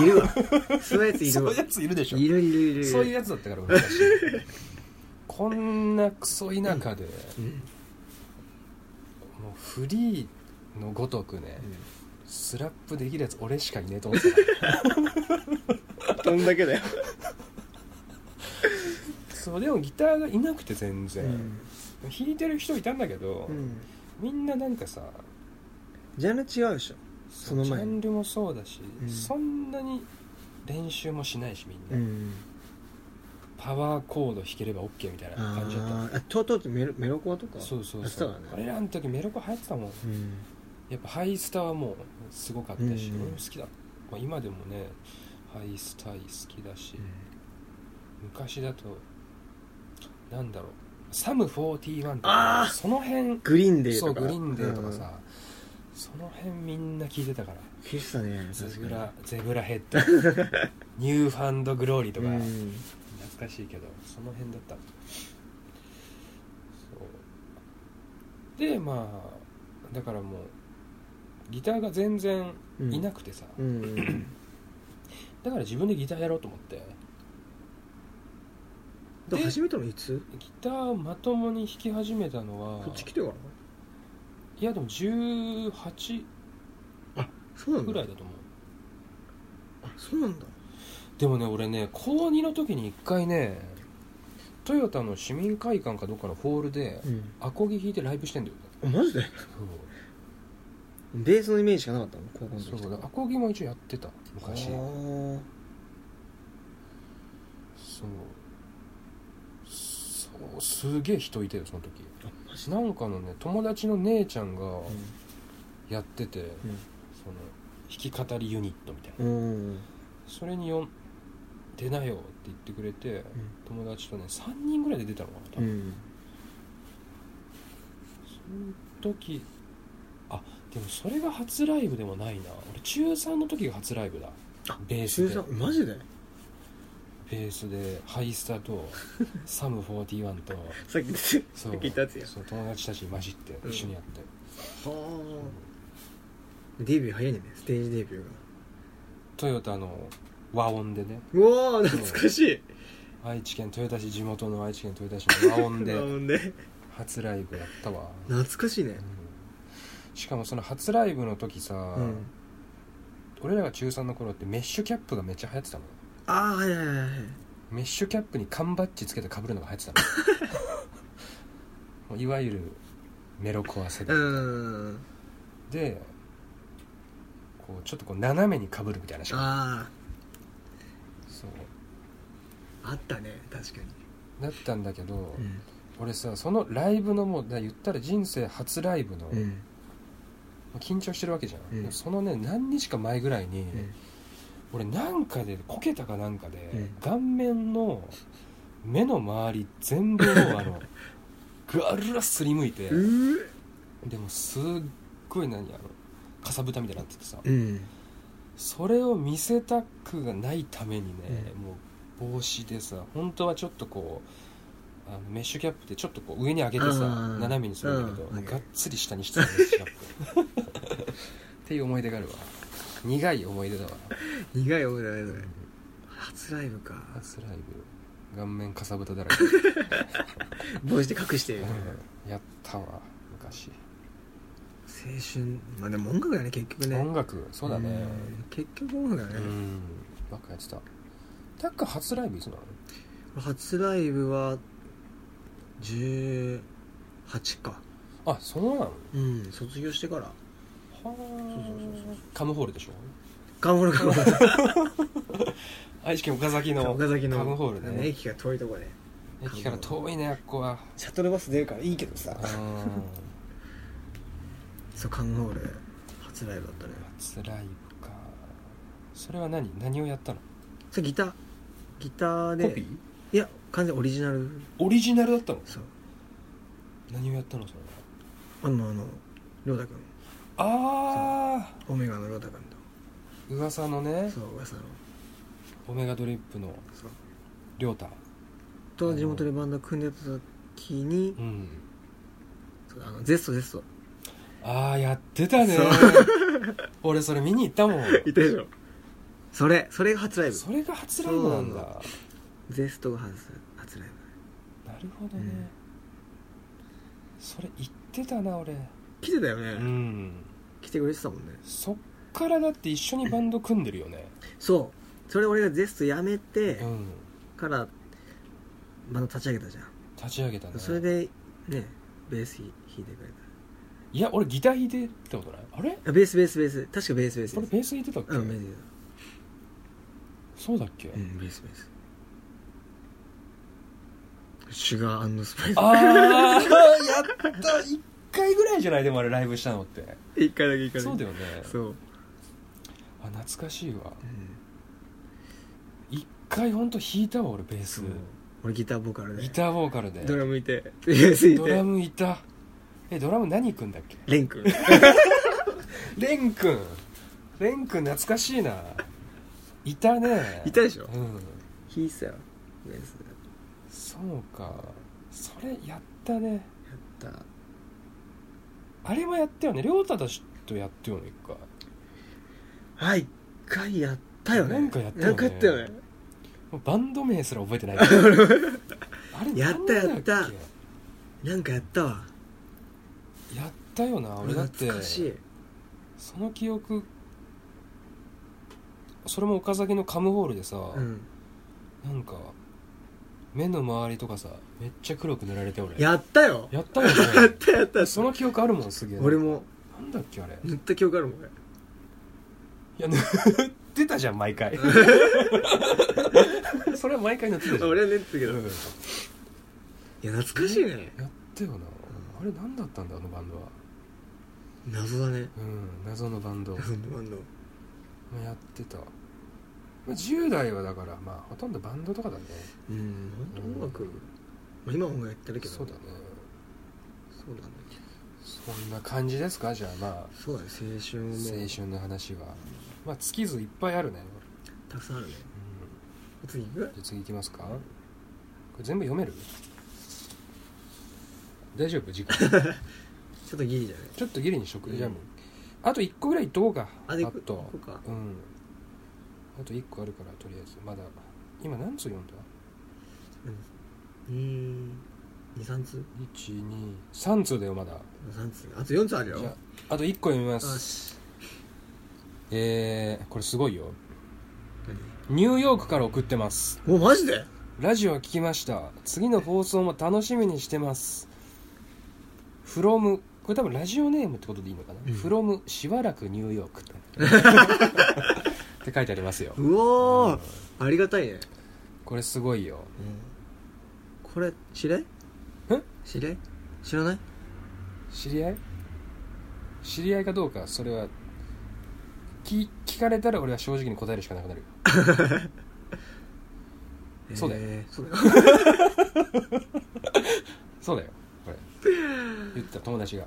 Speaker 2: いるわそういうやつい
Speaker 1: そ
Speaker 2: る
Speaker 1: う
Speaker 2: わ
Speaker 1: いうやついるでしょ
Speaker 2: いるいるいる
Speaker 1: そういう
Speaker 2: や
Speaker 1: やつだったから俺昔こんなクソ田舎で、
Speaker 2: つうん
Speaker 1: もうフリーのごとくね、スラップできるやつ俺しかいねえと思ってた から
Speaker 2: どんだけだよ
Speaker 1: そうでもギターがいなくて全然、
Speaker 2: うん
Speaker 1: 弾いてる人いたんだけど、
Speaker 2: うん
Speaker 1: みんななんかさ
Speaker 2: ジャンル違うでしょその
Speaker 1: ジ
Speaker 2: 前
Speaker 1: ャンルもそうだし、
Speaker 2: うん
Speaker 1: そんなに練習もしないしみんな、
Speaker 2: ん
Speaker 1: パワーコード弾ければ OK みたいな感じだった
Speaker 2: あーあとうとうとメロメロコアとか
Speaker 1: そうそう
Speaker 2: やって
Speaker 1: そ
Speaker 2: た
Speaker 1: う、
Speaker 2: からね
Speaker 1: 俺らの時メロコ流行ってたもん
Speaker 2: うん
Speaker 1: やっぱハイスターはもうすごかったし、
Speaker 2: うん
Speaker 1: 俺も好きだ、まあ、今でもねハイスタイ好きだし、昔だとなんだろうサム41と
Speaker 2: あ
Speaker 1: か
Speaker 2: ー
Speaker 1: その辺
Speaker 2: グリーンデー
Speaker 1: そ
Speaker 2: と
Speaker 1: う
Speaker 2: か
Speaker 1: グリーンデーとかさ、その辺みんな聞いてたから
Speaker 2: うん聞いてたね
Speaker 1: ゼ
Speaker 2: 確
Speaker 1: ブ
Speaker 2: か
Speaker 1: ラゼブラヘッ ドニューファンドグローリーと
Speaker 2: に
Speaker 1: か、
Speaker 2: うん
Speaker 1: 懐かしいけどその辺だったそうでまあだからもうギターが全然いなくてさ、
Speaker 2: うん
Speaker 1: だから自分でギターやろうと思って
Speaker 2: で
Speaker 1: で
Speaker 2: 初めてのいつ
Speaker 1: ギターをまともに弾き始めたのは
Speaker 2: こっち来てから
Speaker 1: いやでも18
Speaker 2: そうなん
Speaker 1: ぐ
Speaker 2: だ
Speaker 1: らいだと思う
Speaker 2: あそうなんだ
Speaker 1: でもね俺ね高2の時に一回ねトヨタの市民会館かどっかのホールで
Speaker 2: うん
Speaker 1: アコギ弾いてライブしてんだよね
Speaker 2: あマジでベースのイメージしかなかったの高校の
Speaker 1: そう
Speaker 2: 時
Speaker 1: そう
Speaker 2: と
Speaker 1: だ
Speaker 2: か
Speaker 1: アコギも一応やってた昔
Speaker 2: あー
Speaker 1: そうそうすげえ人いてよその時
Speaker 2: あマジ
Speaker 1: なんかのね友達の姉ちゃんが
Speaker 2: うん
Speaker 1: やってて、
Speaker 2: うん
Speaker 1: その弾き語りユニットみたいな、
Speaker 2: うん
Speaker 1: それに呼ん出なよって言ってくれて、友達とね3人ぐらいで出たのかな多
Speaker 2: う
Speaker 1: 分、
Speaker 2: ん
Speaker 1: その時あでもそれが初ライブでもないな俺中3の時が初ライブだ
Speaker 2: あ
Speaker 1: ベース
Speaker 2: 中
Speaker 1: で
Speaker 2: 3マジで
Speaker 1: ベースでハイスタ とサム41と
Speaker 2: さっきさ
Speaker 1: そ
Speaker 2: っ
Speaker 1: う
Speaker 2: き言ったやつや
Speaker 1: そう友達たちに混じって
Speaker 2: うん
Speaker 1: 一緒にやって、
Speaker 2: はあデビュー早いねステージデビューが
Speaker 1: トヨタの和音でね
Speaker 2: うわー懐かしい
Speaker 1: 愛知県豊田市地元の愛知県豊田市の和音
Speaker 2: あ
Speaker 1: で
Speaker 2: ほんで
Speaker 1: 初ライブやったわ、
Speaker 2: 懐かしいね
Speaker 1: うんしかもその初ライブの時さ、
Speaker 2: うん
Speaker 1: 俺らが中3の頃ってメッシュキャップがめっちゃ流行ってたの
Speaker 2: ああはいはいはいはい
Speaker 1: メッシュキャップに缶バッジつけてかぶるのが流 行ってたのもういわゆるメロコア世代、
Speaker 2: うん
Speaker 1: でこうちょっとこう斜めにかぶるみたいなシャツ
Speaker 2: あ
Speaker 1: そう
Speaker 2: ああったね確かに
Speaker 1: なったんだけど、
Speaker 2: うん
Speaker 1: 俺さそのライブのもうだから言ったら人生初ライブの、
Speaker 2: うん
Speaker 1: もう緊張してるわけじゃん、
Speaker 2: うん
Speaker 1: でもそのね何日か前ぐらいに、
Speaker 2: うん
Speaker 1: 俺なんかでこけたかなんかで、
Speaker 2: うん
Speaker 1: 顔面の目の周り全部をあ のぐわるらすりむいて、
Speaker 2: うー
Speaker 1: でもすっごい何あのかさぶたみたいになっててさ、
Speaker 2: うん
Speaker 1: それを見せたくがないためにね、
Speaker 2: うん
Speaker 1: もう帽子でさ本当はちょっとこうあのメッシュキャップってちょっとこう上に上げてさ
Speaker 2: あー
Speaker 1: 斜めにするんだけど、
Speaker 2: うん
Speaker 1: もうがっつり下にしてたメッシュキャップっていう思い出があるわ苦い思い出だわ
Speaker 2: 苦い思い出だねそれ初ライブか
Speaker 1: 初ライブ顔面かさぶただらけ
Speaker 2: 帽子で隠してる
Speaker 1: やったわ昔、
Speaker 2: 青春まあでも音楽だね結局ね
Speaker 1: 音楽そうだね
Speaker 2: ん結局音楽だ
Speaker 1: うん
Speaker 2: ね
Speaker 1: バカやってたタッカー初ライブいつなの
Speaker 2: 初ライブは18か
Speaker 1: あそうなのは
Speaker 2: うん卒業してから
Speaker 1: あそう
Speaker 2: そうそうそう
Speaker 1: カムホールでしょ
Speaker 2: 頑張る頑張
Speaker 1: 愛知県岡崎
Speaker 2: る
Speaker 1: の
Speaker 2: 岡崎の
Speaker 1: カムホールね
Speaker 2: 駅が遠いとこで
Speaker 1: 駅から遠いねあっこは
Speaker 2: シャトルバス出るからいいけどさ
Speaker 1: うー ん
Speaker 2: そうカンホール初ライブだったね
Speaker 1: 初ライブかそれは何何をやったの
Speaker 2: それギターギターで
Speaker 1: コピー
Speaker 2: いや完全オリジナル
Speaker 1: オリジナルだったの
Speaker 2: そう
Speaker 1: 何をやったのそれは
Speaker 2: あのあの亮太君
Speaker 1: あ
Speaker 2: オメガの亮太君
Speaker 1: あ噂の
Speaker 2: と
Speaker 1: ね
Speaker 2: そう噂の
Speaker 1: オメガドリップの
Speaker 2: そう
Speaker 1: 亮太
Speaker 2: と地元でバンド組んでた時に
Speaker 1: うん
Speaker 2: そうあのゼストゼスト
Speaker 1: ああやってたね
Speaker 2: そう
Speaker 1: 俺それ見に行ったもん
Speaker 2: いたでしょそれそれが初ライブ
Speaker 1: それが初ライブなんだ
Speaker 2: そうゼストが初初ライブ
Speaker 1: なるほどね、
Speaker 2: うん
Speaker 1: それ行ってたな俺
Speaker 2: 来てたよ
Speaker 1: う
Speaker 2: ね
Speaker 1: ん
Speaker 2: 来てくれてたもんね
Speaker 1: そっからだって一緒にバンド組んでるよね
Speaker 2: そうそれで俺がゼストやめて
Speaker 1: うん
Speaker 2: からバンド立ち上げたじゃん
Speaker 1: 立ち上げたね
Speaker 2: それでねベース弾いてくれ
Speaker 1: いや俺ギター弾いてたことないあれ
Speaker 2: たあベースベースベース確かベースベース
Speaker 1: 俺
Speaker 2: ベース
Speaker 1: ベース弾いてたっけ、
Speaker 2: うんベース
Speaker 1: そうだっけ、
Speaker 2: うんベースベースシュガースパイス
Speaker 1: ああやった1回ぐらいじゃないでもあれライブしたのって
Speaker 2: 一回だけ一回だけ
Speaker 1: そうだよね
Speaker 2: そう、
Speaker 1: あ懐かしいわ
Speaker 2: うん
Speaker 1: 1回ほんと弾いたわ俺ベース
Speaker 2: そう俺ギターボーカルで
Speaker 1: ギターボーカルで
Speaker 2: ドラムいてベースい
Speaker 1: ドラ
Speaker 2: て
Speaker 1: ムいたえドラム何くんだっけ
Speaker 2: レン君
Speaker 1: レンくんレンくん懐かしいないたね
Speaker 2: いたでしょ
Speaker 1: うん
Speaker 2: 弾いてたよベースや
Speaker 1: そうかそれやったね
Speaker 2: った
Speaker 1: あれもやったよね亮太たちとやってよね一回
Speaker 2: はい一回やったよね
Speaker 1: なんかやったよね
Speaker 2: なんかやったよね
Speaker 1: もうバンド名すら覚えてない あれ
Speaker 2: やった
Speaker 1: なんだけ
Speaker 2: やっなんかやったわ
Speaker 1: やったよな俺だって
Speaker 2: 懐かしい
Speaker 1: その記憶それも岡崎のカムホールでさ、
Speaker 2: うん
Speaker 1: なんか目の周りとかさめっちゃ黒く塗られて俺
Speaker 2: やったよ
Speaker 1: やったよ
Speaker 2: や
Speaker 1: ね
Speaker 2: ったやった
Speaker 1: その記憶あるもんすげえ
Speaker 2: 俺も
Speaker 1: なんだっけあれい
Speaker 2: 塗った記憶あるもん俺
Speaker 1: や塗ってたじゃん毎 回それは毎回塗ってたじゃん
Speaker 2: 俺は塗ったけど
Speaker 1: う
Speaker 2: い
Speaker 1: んや
Speaker 2: や懐かしいね
Speaker 1: ったよなあれ何だったんだあのバンドは
Speaker 2: 謎だね
Speaker 1: うん謎のバンド
Speaker 2: 謎のバンド
Speaker 1: まあやってた、まあ、10代はだからまあほとんどバンドとかだね
Speaker 2: うん本当音楽まあ今は音楽やってるけど
Speaker 1: そうだね
Speaker 2: そうなんだけど
Speaker 1: そんな感じですかじゃあまあ
Speaker 2: そうだね青春も
Speaker 1: 青春の話はまあ月数いっぱいあるね、
Speaker 2: たくさんあるね
Speaker 1: うん、
Speaker 2: 次行く
Speaker 1: じゃあ次いきますかこれ全部読める大丈夫時 間
Speaker 2: ちょっとギリじゃない
Speaker 1: ちょっとギリにしとくじゃあもうあと1個ぐらいいっとこうか
Speaker 2: あで行
Speaker 1: っ
Speaker 2: く
Speaker 1: と
Speaker 2: 行こうか
Speaker 1: うんあと1個あるからとりあえずまだ今何通読んだ
Speaker 2: うーん23通
Speaker 1: 123通だよまだ
Speaker 2: 3通あと4通ある
Speaker 1: じゃ
Speaker 2: よ
Speaker 1: ああと1個読みま
Speaker 2: よ
Speaker 1: す
Speaker 2: し
Speaker 1: えー、これすごいよニューヨークから送ってます
Speaker 2: おマジで
Speaker 1: ラジオ聞きました次の放送も楽しみにしてますフロムこれ多分ラジオネームってことでいいのかな、
Speaker 2: うん
Speaker 1: フロムしばらくニューヨークって って書いてありますよ
Speaker 2: うお
Speaker 1: う
Speaker 2: ー
Speaker 1: ん
Speaker 2: ありがたいね、
Speaker 1: これすごいよ
Speaker 2: これ知れ
Speaker 1: え
Speaker 2: 知れ知らない
Speaker 1: 知り合い知り合いかどうかそれは聞聞かれたら俺は正直に答えるしかなくなるそうだよ
Speaker 2: えーそうだよ
Speaker 1: そうだよ これ言ってた友達が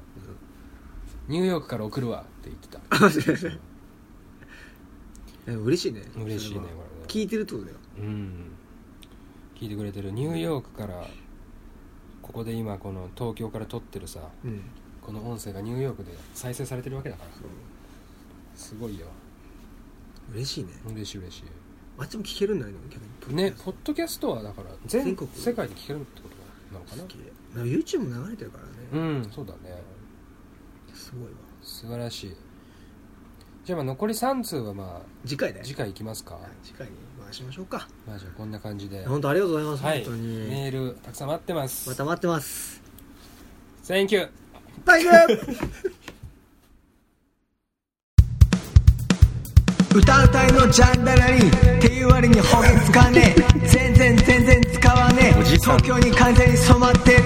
Speaker 1: 「ニューヨークから送るわ」って言ってた
Speaker 2: あ知らない え嬉しいね
Speaker 1: 嬉しいねこ
Speaker 2: それ
Speaker 1: れ
Speaker 2: は
Speaker 1: ね
Speaker 2: 聞いてるってことだよ
Speaker 1: うん聞いてくれてるニューヨークからここで今この東京から撮ってるさ
Speaker 2: うん
Speaker 1: この音声がニューヨークで再生されてるわけだから
Speaker 2: そう
Speaker 1: すごいよ
Speaker 2: 嬉しいね
Speaker 1: 嬉しい嬉し
Speaker 2: あっちも聞けるんだよね逆
Speaker 1: い
Speaker 2: に
Speaker 1: ねポッドキャストはだから全
Speaker 2: 全国
Speaker 1: 世界で聞けるってことなのかな
Speaker 2: すげえなんか YouTube も流れてるからね、
Speaker 1: うんそうだね
Speaker 2: すごいわ
Speaker 1: 素晴らしいじゃあまあ残り3通はま
Speaker 2: 次回
Speaker 1: あ
Speaker 2: ね
Speaker 1: 次回いきますか
Speaker 2: はい次回に回しましょうか
Speaker 1: まあじゃあこんな感じで
Speaker 2: 本当ありがとうございます、
Speaker 1: はい
Speaker 2: 本当に、
Speaker 1: メールたくさん待ってます
Speaker 2: また待ってます
Speaker 1: Thank you
Speaker 2: バイク
Speaker 3: 歌うたいのジャンダラリーっていう割にほげつかねえ全然全然使わねえ東京に完全に染まってるよ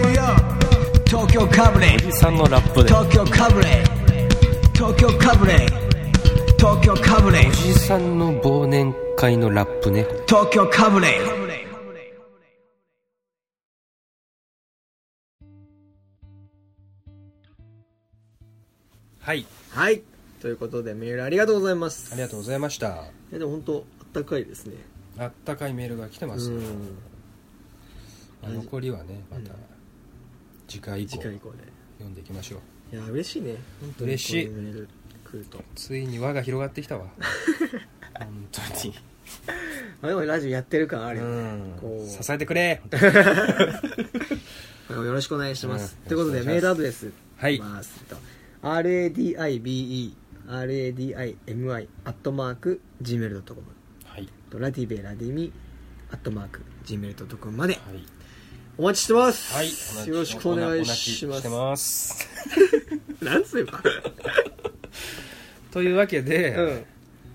Speaker 3: 東京かぶれ
Speaker 1: さんのラップ
Speaker 3: 東京かぶれ東京かぶれ東京かぶれ
Speaker 1: おじさんの忘年会のラップね
Speaker 3: 東京かぶれ
Speaker 1: はい
Speaker 2: はいということでメールありがとうございます
Speaker 1: ありがとうございました
Speaker 2: えでも本当あったかいですね
Speaker 1: あったかいメールが来てます、
Speaker 2: うん
Speaker 1: まあ残りはねまた
Speaker 2: うん
Speaker 1: 次回以降
Speaker 2: 次回以
Speaker 1: 読
Speaker 2: 降ね
Speaker 1: んでいきましょう
Speaker 2: いや嬉しいね本当に
Speaker 1: 嬉しい
Speaker 2: こううメール来ると
Speaker 1: ついに輪が広がってき たわ本当に
Speaker 2: あでもラジオやってる感あるよね
Speaker 1: う
Speaker 2: こ
Speaker 1: ん
Speaker 2: う
Speaker 1: 支えてくれ
Speaker 2: これもよろしくお願いします。
Speaker 1: うん
Speaker 2: ということで、
Speaker 1: よろしくお願いします
Speaker 2: メールアドレス。
Speaker 1: はい
Speaker 2: ますと。radibe、radimi、アットマーク、gmail.com。
Speaker 1: はい
Speaker 2: とラディベ、ラディミ、アットマーク、gmail.com まで。
Speaker 1: はい
Speaker 2: お待ちしてます。
Speaker 1: はい、
Speaker 2: よろしくお願いしま
Speaker 1: お待ちして
Speaker 2: す。
Speaker 1: ます。
Speaker 2: なんつうか。
Speaker 1: というわけで、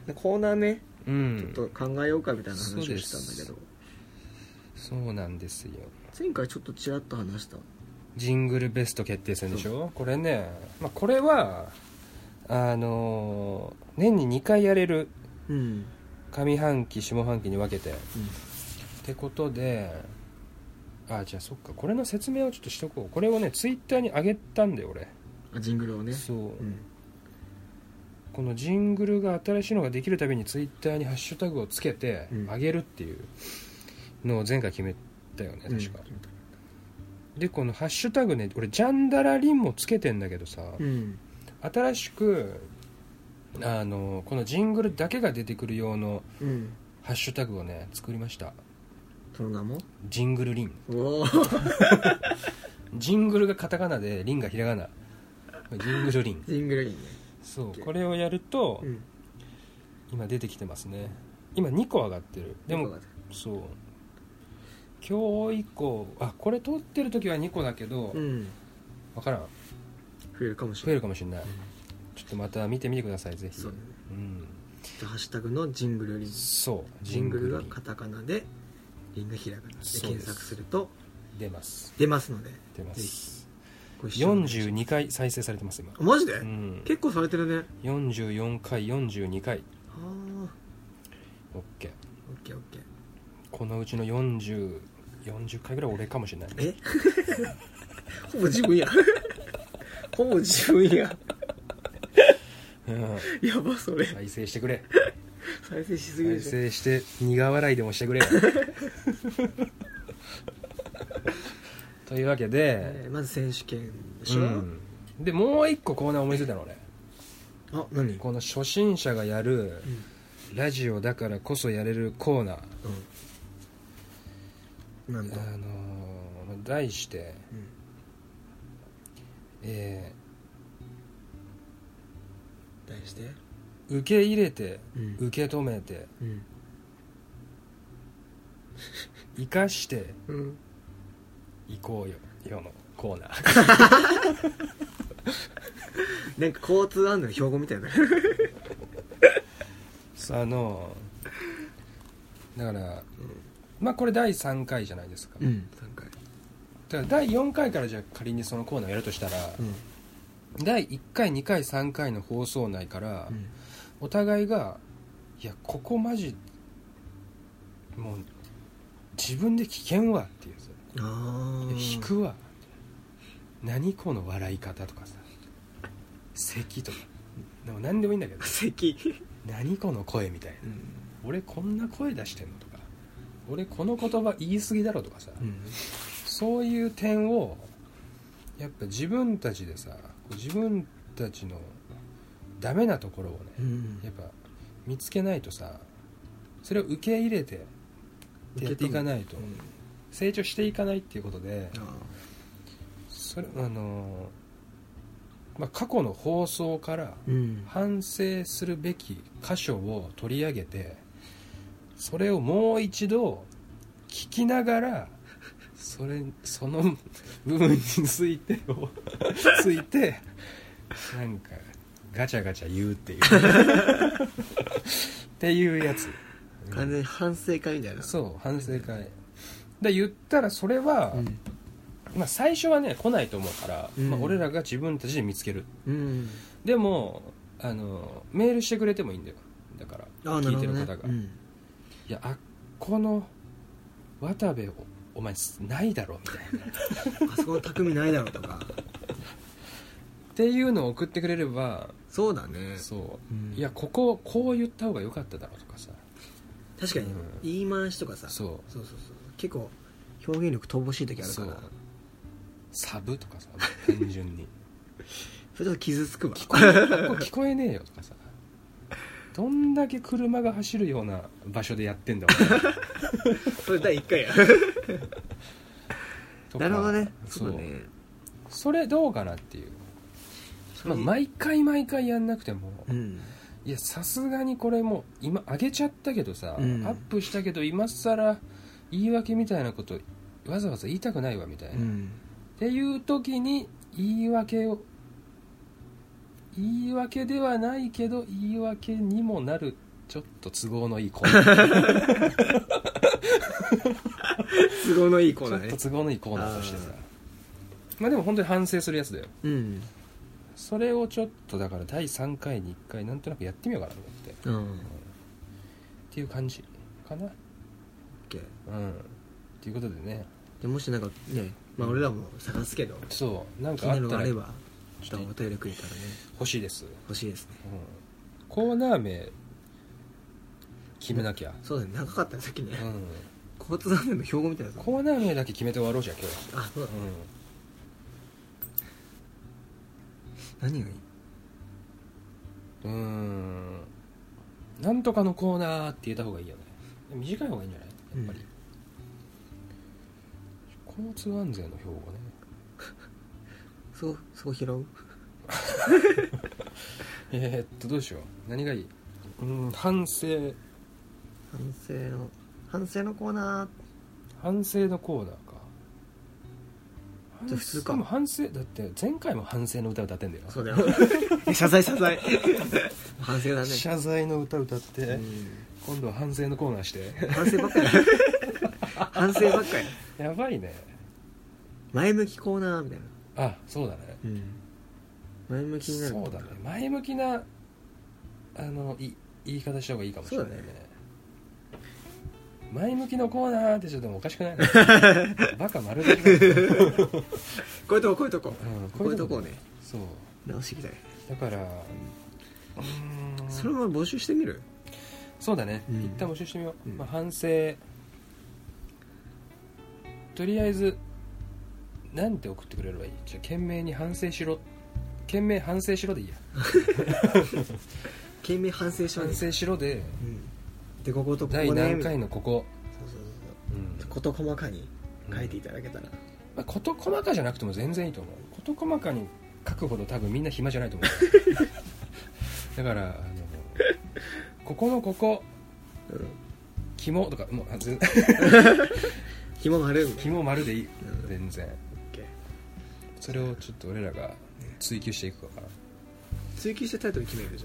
Speaker 2: うん。コーナーね、
Speaker 1: うん、
Speaker 2: ちょっと考えようかみたいな話
Speaker 1: そう
Speaker 2: を
Speaker 1: で
Speaker 2: したんだ
Speaker 1: す
Speaker 2: けど、
Speaker 1: そうなんですよ。
Speaker 2: 前回ちょっとちらっと話した。
Speaker 1: ジングルベスト決定戦でしょ。これね、まあこれはあのー年に2回やれる
Speaker 2: うん。うん。
Speaker 1: 上半期下半期に分けてってことで。あじゃあそっかこれの説明をちょっとしとこうこれをねツイッターに上げたんだよ俺
Speaker 2: あジングルをね。
Speaker 1: そう、
Speaker 2: うん。
Speaker 1: このジングルが新しいのができるたびにツイッターにハッシュタグをつけて
Speaker 2: うん
Speaker 1: 上げるっていうのを前回決めたよね確か、でこのハッシュタグね俺ジャンダラリンもつけてんだけどさ、
Speaker 2: うん。
Speaker 1: 新しくあのこのジングルだけが出てくる用の
Speaker 2: うん。
Speaker 1: ハッシュタグをね作りました
Speaker 2: その名も
Speaker 1: ジングルリン
Speaker 2: おお
Speaker 1: ジングルがカタカナでリンがひらがなジングルリン
Speaker 2: ジングルいいね
Speaker 1: そうこれをやると、
Speaker 2: うん
Speaker 1: 今出てきてますね今2個上がってるでも
Speaker 2: そうだね
Speaker 1: そう今日以降あこれ撮ってる時は2個だけど、
Speaker 2: うん
Speaker 1: 分からん
Speaker 2: 増えるかもし
Speaker 1: 増
Speaker 2: れ
Speaker 1: え
Speaker 2: ない
Speaker 1: るかもしれない、ちょっとまた見てみてくださいぜひ
Speaker 2: そうだね
Speaker 1: うん、
Speaker 2: じゃあハッシュタグのジングルリン
Speaker 1: そう
Speaker 2: ジングル
Speaker 1: ジ
Speaker 2: がカタカナでリンがひらがなで
Speaker 1: そうです
Speaker 2: 検索すると
Speaker 1: 出ます
Speaker 2: 出ますので
Speaker 1: 出ま
Speaker 2: ぜひ
Speaker 1: す
Speaker 2: ご一緒に
Speaker 1: 42回再生されてます今
Speaker 2: あ、マジで、
Speaker 1: うん、
Speaker 2: 結構されてるね
Speaker 1: 44回42回
Speaker 2: ああー
Speaker 1: OK
Speaker 2: オッケーオッケー
Speaker 1: このうちの4040回ぐらい俺かもしれない
Speaker 2: えほぼ自分やほぼ自分や
Speaker 1: うん
Speaker 2: やばそれ
Speaker 1: 再生してくれ
Speaker 2: 再生しすぎ
Speaker 1: 再
Speaker 2: でしょ
Speaker 1: 生して苦笑いでもしてくれよ というわけで、
Speaker 2: えーまず選手権でしょ、
Speaker 1: うんでもう一個コーナー思いついたの俺
Speaker 2: あ何
Speaker 1: この初心者がやるラジオだからこそやれるコーナー、
Speaker 2: うんなん
Speaker 1: あ
Speaker 2: だ
Speaker 1: のー題して、
Speaker 2: うん
Speaker 1: え
Speaker 2: 題して
Speaker 1: ー受け入れて、
Speaker 2: うん
Speaker 1: 受け止めて
Speaker 2: うん
Speaker 1: 生かして
Speaker 2: うん
Speaker 1: いこうよ今日のコーナー
Speaker 2: なんか交通安全の標語みたいな
Speaker 1: さ ああのだからまあこれ第3回じゃないですか、
Speaker 2: ん3回
Speaker 1: だから第4回からじゃあ仮にそのコーナーやるとしたら、
Speaker 2: うん
Speaker 1: 第1回2回3回の放送内から、お互いがいやここマジもう自分で危険わっていうさ
Speaker 2: ああ
Speaker 1: 引くわ何この笑い方とかさ咳とかでも何でもいいんだけど
Speaker 2: 席
Speaker 1: 何この声みたいな
Speaker 2: うん
Speaker 1: 俺こんな声出してんのとか俺この言葉言い過ぎだろとかさ、
Speaker 2: うん
Speaker 1: そういう点をやっぱ自分たちでさ自分たちのダメなところをね、やっぱ見つけないとさそれを受け入れてやっていかないと
Speaker 2: うん
Speaker 1: 成長していかないっていうことで
Speaker 2: あ
Speaker 1: それあのーまあ、過去の放送から
Speaker 2: ーうん
Speaker 1: 反省するべき箇所を取り上げてそれをもう一度聞きながらそれその部分についてを ついてなんかガチャガチャ言うっていう っていうやつ
Speaker 2: 完全に反省会みたいな
Speaker 1: そう反省会で言ったらそれは、
Speaker 2: ん
Speaker 1: まあ、最初はね来ないと思うから、
Speaker 2: うん
Speaker 1: まあ、俺らが自分たちで見つける
Speaker 2: うん
Speaker 1: でもあのメールしてくれてもいいんだよだから
Speaker 2: ああな
Speaker 1: 聞
Speaker 2: る
Speaker 1: い
Speaker 2: ほ
Speaker 1: て
Speaker 2: ど
Speaker 1: る
Speaker 2: ね
Speaker 1: 方が、
Speaker 2: う
Speaker 1: い
Speaker 2: ん
Speaker 1: やあっこの渡部おお前ないだろみたいな っ
Speaker 2: あそこの匠ないだろう とか
Speaker 1: ていうのを送ってくれれば
Speaker 2: そうだね
Speaker 1: そう、
Speaker 2: うん
Speaker 1: いやこここう言った方が良かっただろうとかさ
Speaker 2: 確かに
Speaker 1: うん
Speaker 2: 言い回しとかさ
Speaker 1: そう
Speaker 2: そうそうそう結構表現力乏しい時あるか
Speaker 1: そ
Speaker 2: ら
Speaker 1: うサブとかさ単純 に
Speaker 2: それちょっと傷つくわ
Speaker 1: 聞 こえここ聞こえねえよとかさどんだけ車が走るような場所でやってんだ お前
Speaker 2: それ第1回や
Speaker 1: とか
Speaker 2: なるほどね
Speaker 1: そ
Speaker 2: そううだね
Speaker 1: それどうかなっていう、まあ、毎回毎回やんなくても、
Speaker 2: うん
Speaker 1: いやさすがにこれもう今上げちゃったけどさ、
Speaker 2: うん
Speaker 1: アップしたけど今更言い訳みたいなことわざわざ言いたくないわみたいな、
Speaker 2: う
Speaker 1: っ
Speaker 2: ん
Speaker 1: ていう時に言い訳を言い訳ではないけど言い訳にもなるちょっと都合のいいコ ーナー
Speaker 2: 都合のいいコー
Speaker 1: ちょ
Speaker 2: ナ
Speaker 1: っと
Speaker 2: ーね
Speaker 1: 都合のいいコーナーとしてさまあでも本当に反省するやつだよ
Speaker 2: うん
Speaker 1: それをちょっとだから第3回に1回なんとなくやってみようかなと思ってっ
Speaker 2: うん
Speaker 1: ていう感じかな
Speaker 2: OK
Speaker 1: うんということでね
Speaker 2: でもしなんかねまあ俺らも探すけど
Speaker 1: そうなん
Speaker 2: 気に
Speaker 1: かあっ
Speaker 2: なるの
Speaker 1: た
Speaker 2: があ
Speaker 1: ら
Speaker 2: ればちょっとお便りくれたらね
Speaker 1: 欲しいです、
Speaker 2: 欲しいですね
Speaker 1: うん、コーナー名決めなきゃ、
Speaker 2: そうだね長かったねさっきね
Speaker 1: うん、
Speaker 2: 交通安全の標語みたいなやつ
Speaker 1: コーナー名だけ決めて終わろうじゃん今日、
Speaker 2: あそう
Speaker 1: う
Speaker 2: だ何がいい
Speaker 1: ん、うーんなんとかのコーナーって言った方がいいよね短い方がいいんじゃないやっぱり、交通安全の標語ね
Speaker 2: そうそう拾う
Speaker 1: えー、っとどうしよう何がいいうん反省
Speaker 2: 反省の反省のコーナ
Speaker 1: 反省のコーナーか
Speaker 2: じゃあ普通か
Speaker 1: でも反省だって前回も反省の歌歌ってんだよ
Speaker 2: ーそうだよ謝罪謝罪 反省だね
Speaker 1: 謝罪の歌歌って、
Speaker 2: うん
Speaker 1: 今度は反省のコーナーして
Speaker 2: 反省ばっかり反省ばっかり
Speaker 1: やばいね
Speaker 2: 前向きコーナーみたいな
Speaker 1: あそうだね
Speaker 2: 前向きになる
Speaker 1: そうだね前向きなあのい言い方した方がいいかもしれないね
Speaker 2: そうだ
Speaker 1: 前向きのコーナーってちょっとでもおかしくない バカ丸出しだね、
Speaker 2: こういうとここういうとこ
Speaker 1: うん
Speaker 2: こういうとこね
Speaker 1: そう
Speaker 2: 直していきたい
Speaker 1: だからうーん
Speaker 2: それも募集してみる
Speaker 1: そうだね、
Speaker 2: うん
Speaker 1: 一旦募集してみよう、
Speaker 2: うん
Speaker 1: まあ、反省とりあえずなんて送ってくれればいいじゃあ懸命に反省しろ懸命反省しろでいいや
Speaker 2: 懸命反省しま
Speaker 1: 反
Speaker 2: す
Speaker 1: 省しろで
Speaker 2: うんでこことこ
Speaker 1: 第
Speaker 2: こね
Speaker 1: 何回のここ、
Speaker 2: そうそう
Speaker 1: うん
Speaker 2: そうこと細かに書いていただけたら
Speaker 1: まあ、事細かじゃなくても全然いいと思う事細かに書くほど多分みんな暇じゃないと思 うだからあのここのここ
Speaker 2: うん
Speaker 1: 昨紐とかもうあ全
Speaker 2: 紐丸い
Speaker 1: 紐丸でいい
Speaker 2: うん
Speaker 1: 全然それをちょっと俺らが追求していくか
Speaker 2: 追求してタイトル決めるじ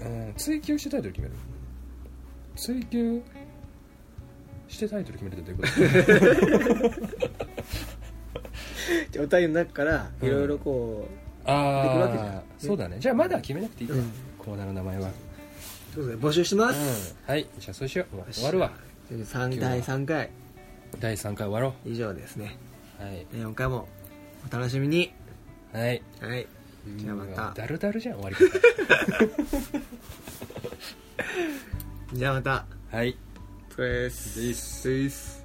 Speaker 2: ゃん
Speaker 1: な、うん、追求してタイトル決める追求してタイトル決めるってどういうこ
Speaker 2: じゃあお便りの中からいろいろこ
Speaker 1: と
Speaker 2: わけじゃん
Speaker 1: ああ
Speaker 2: ね
Speaker 1: そうだねじゃあまだ決めなくていいか、
Speaker 2: うん
Speaker 1: コーナーの名前は、
Speaker 2: う、ということで募集してま
Speaker 1: うん
Speaker 2: す、、
Speaker 1: はいじゃあそうしよう終わるわ
Speaker 2: 3第3回
Speaker 1: 第3回終わろ
Speaker 2: 以上ですね
Speaker 1: うはい
Speaker 2: 4回もお楽しみに
Speaker 1: はい
Speaker 2: はいじゃあま
Speaker 1: うわ
Speaker 2: た
Speaker 1: だるだるじゃん終わり方
Speaker 2: じゃあまた
Speaker 1: はい
Speaker 2: お疲れです
Speaker 1: です
Speaker 2: です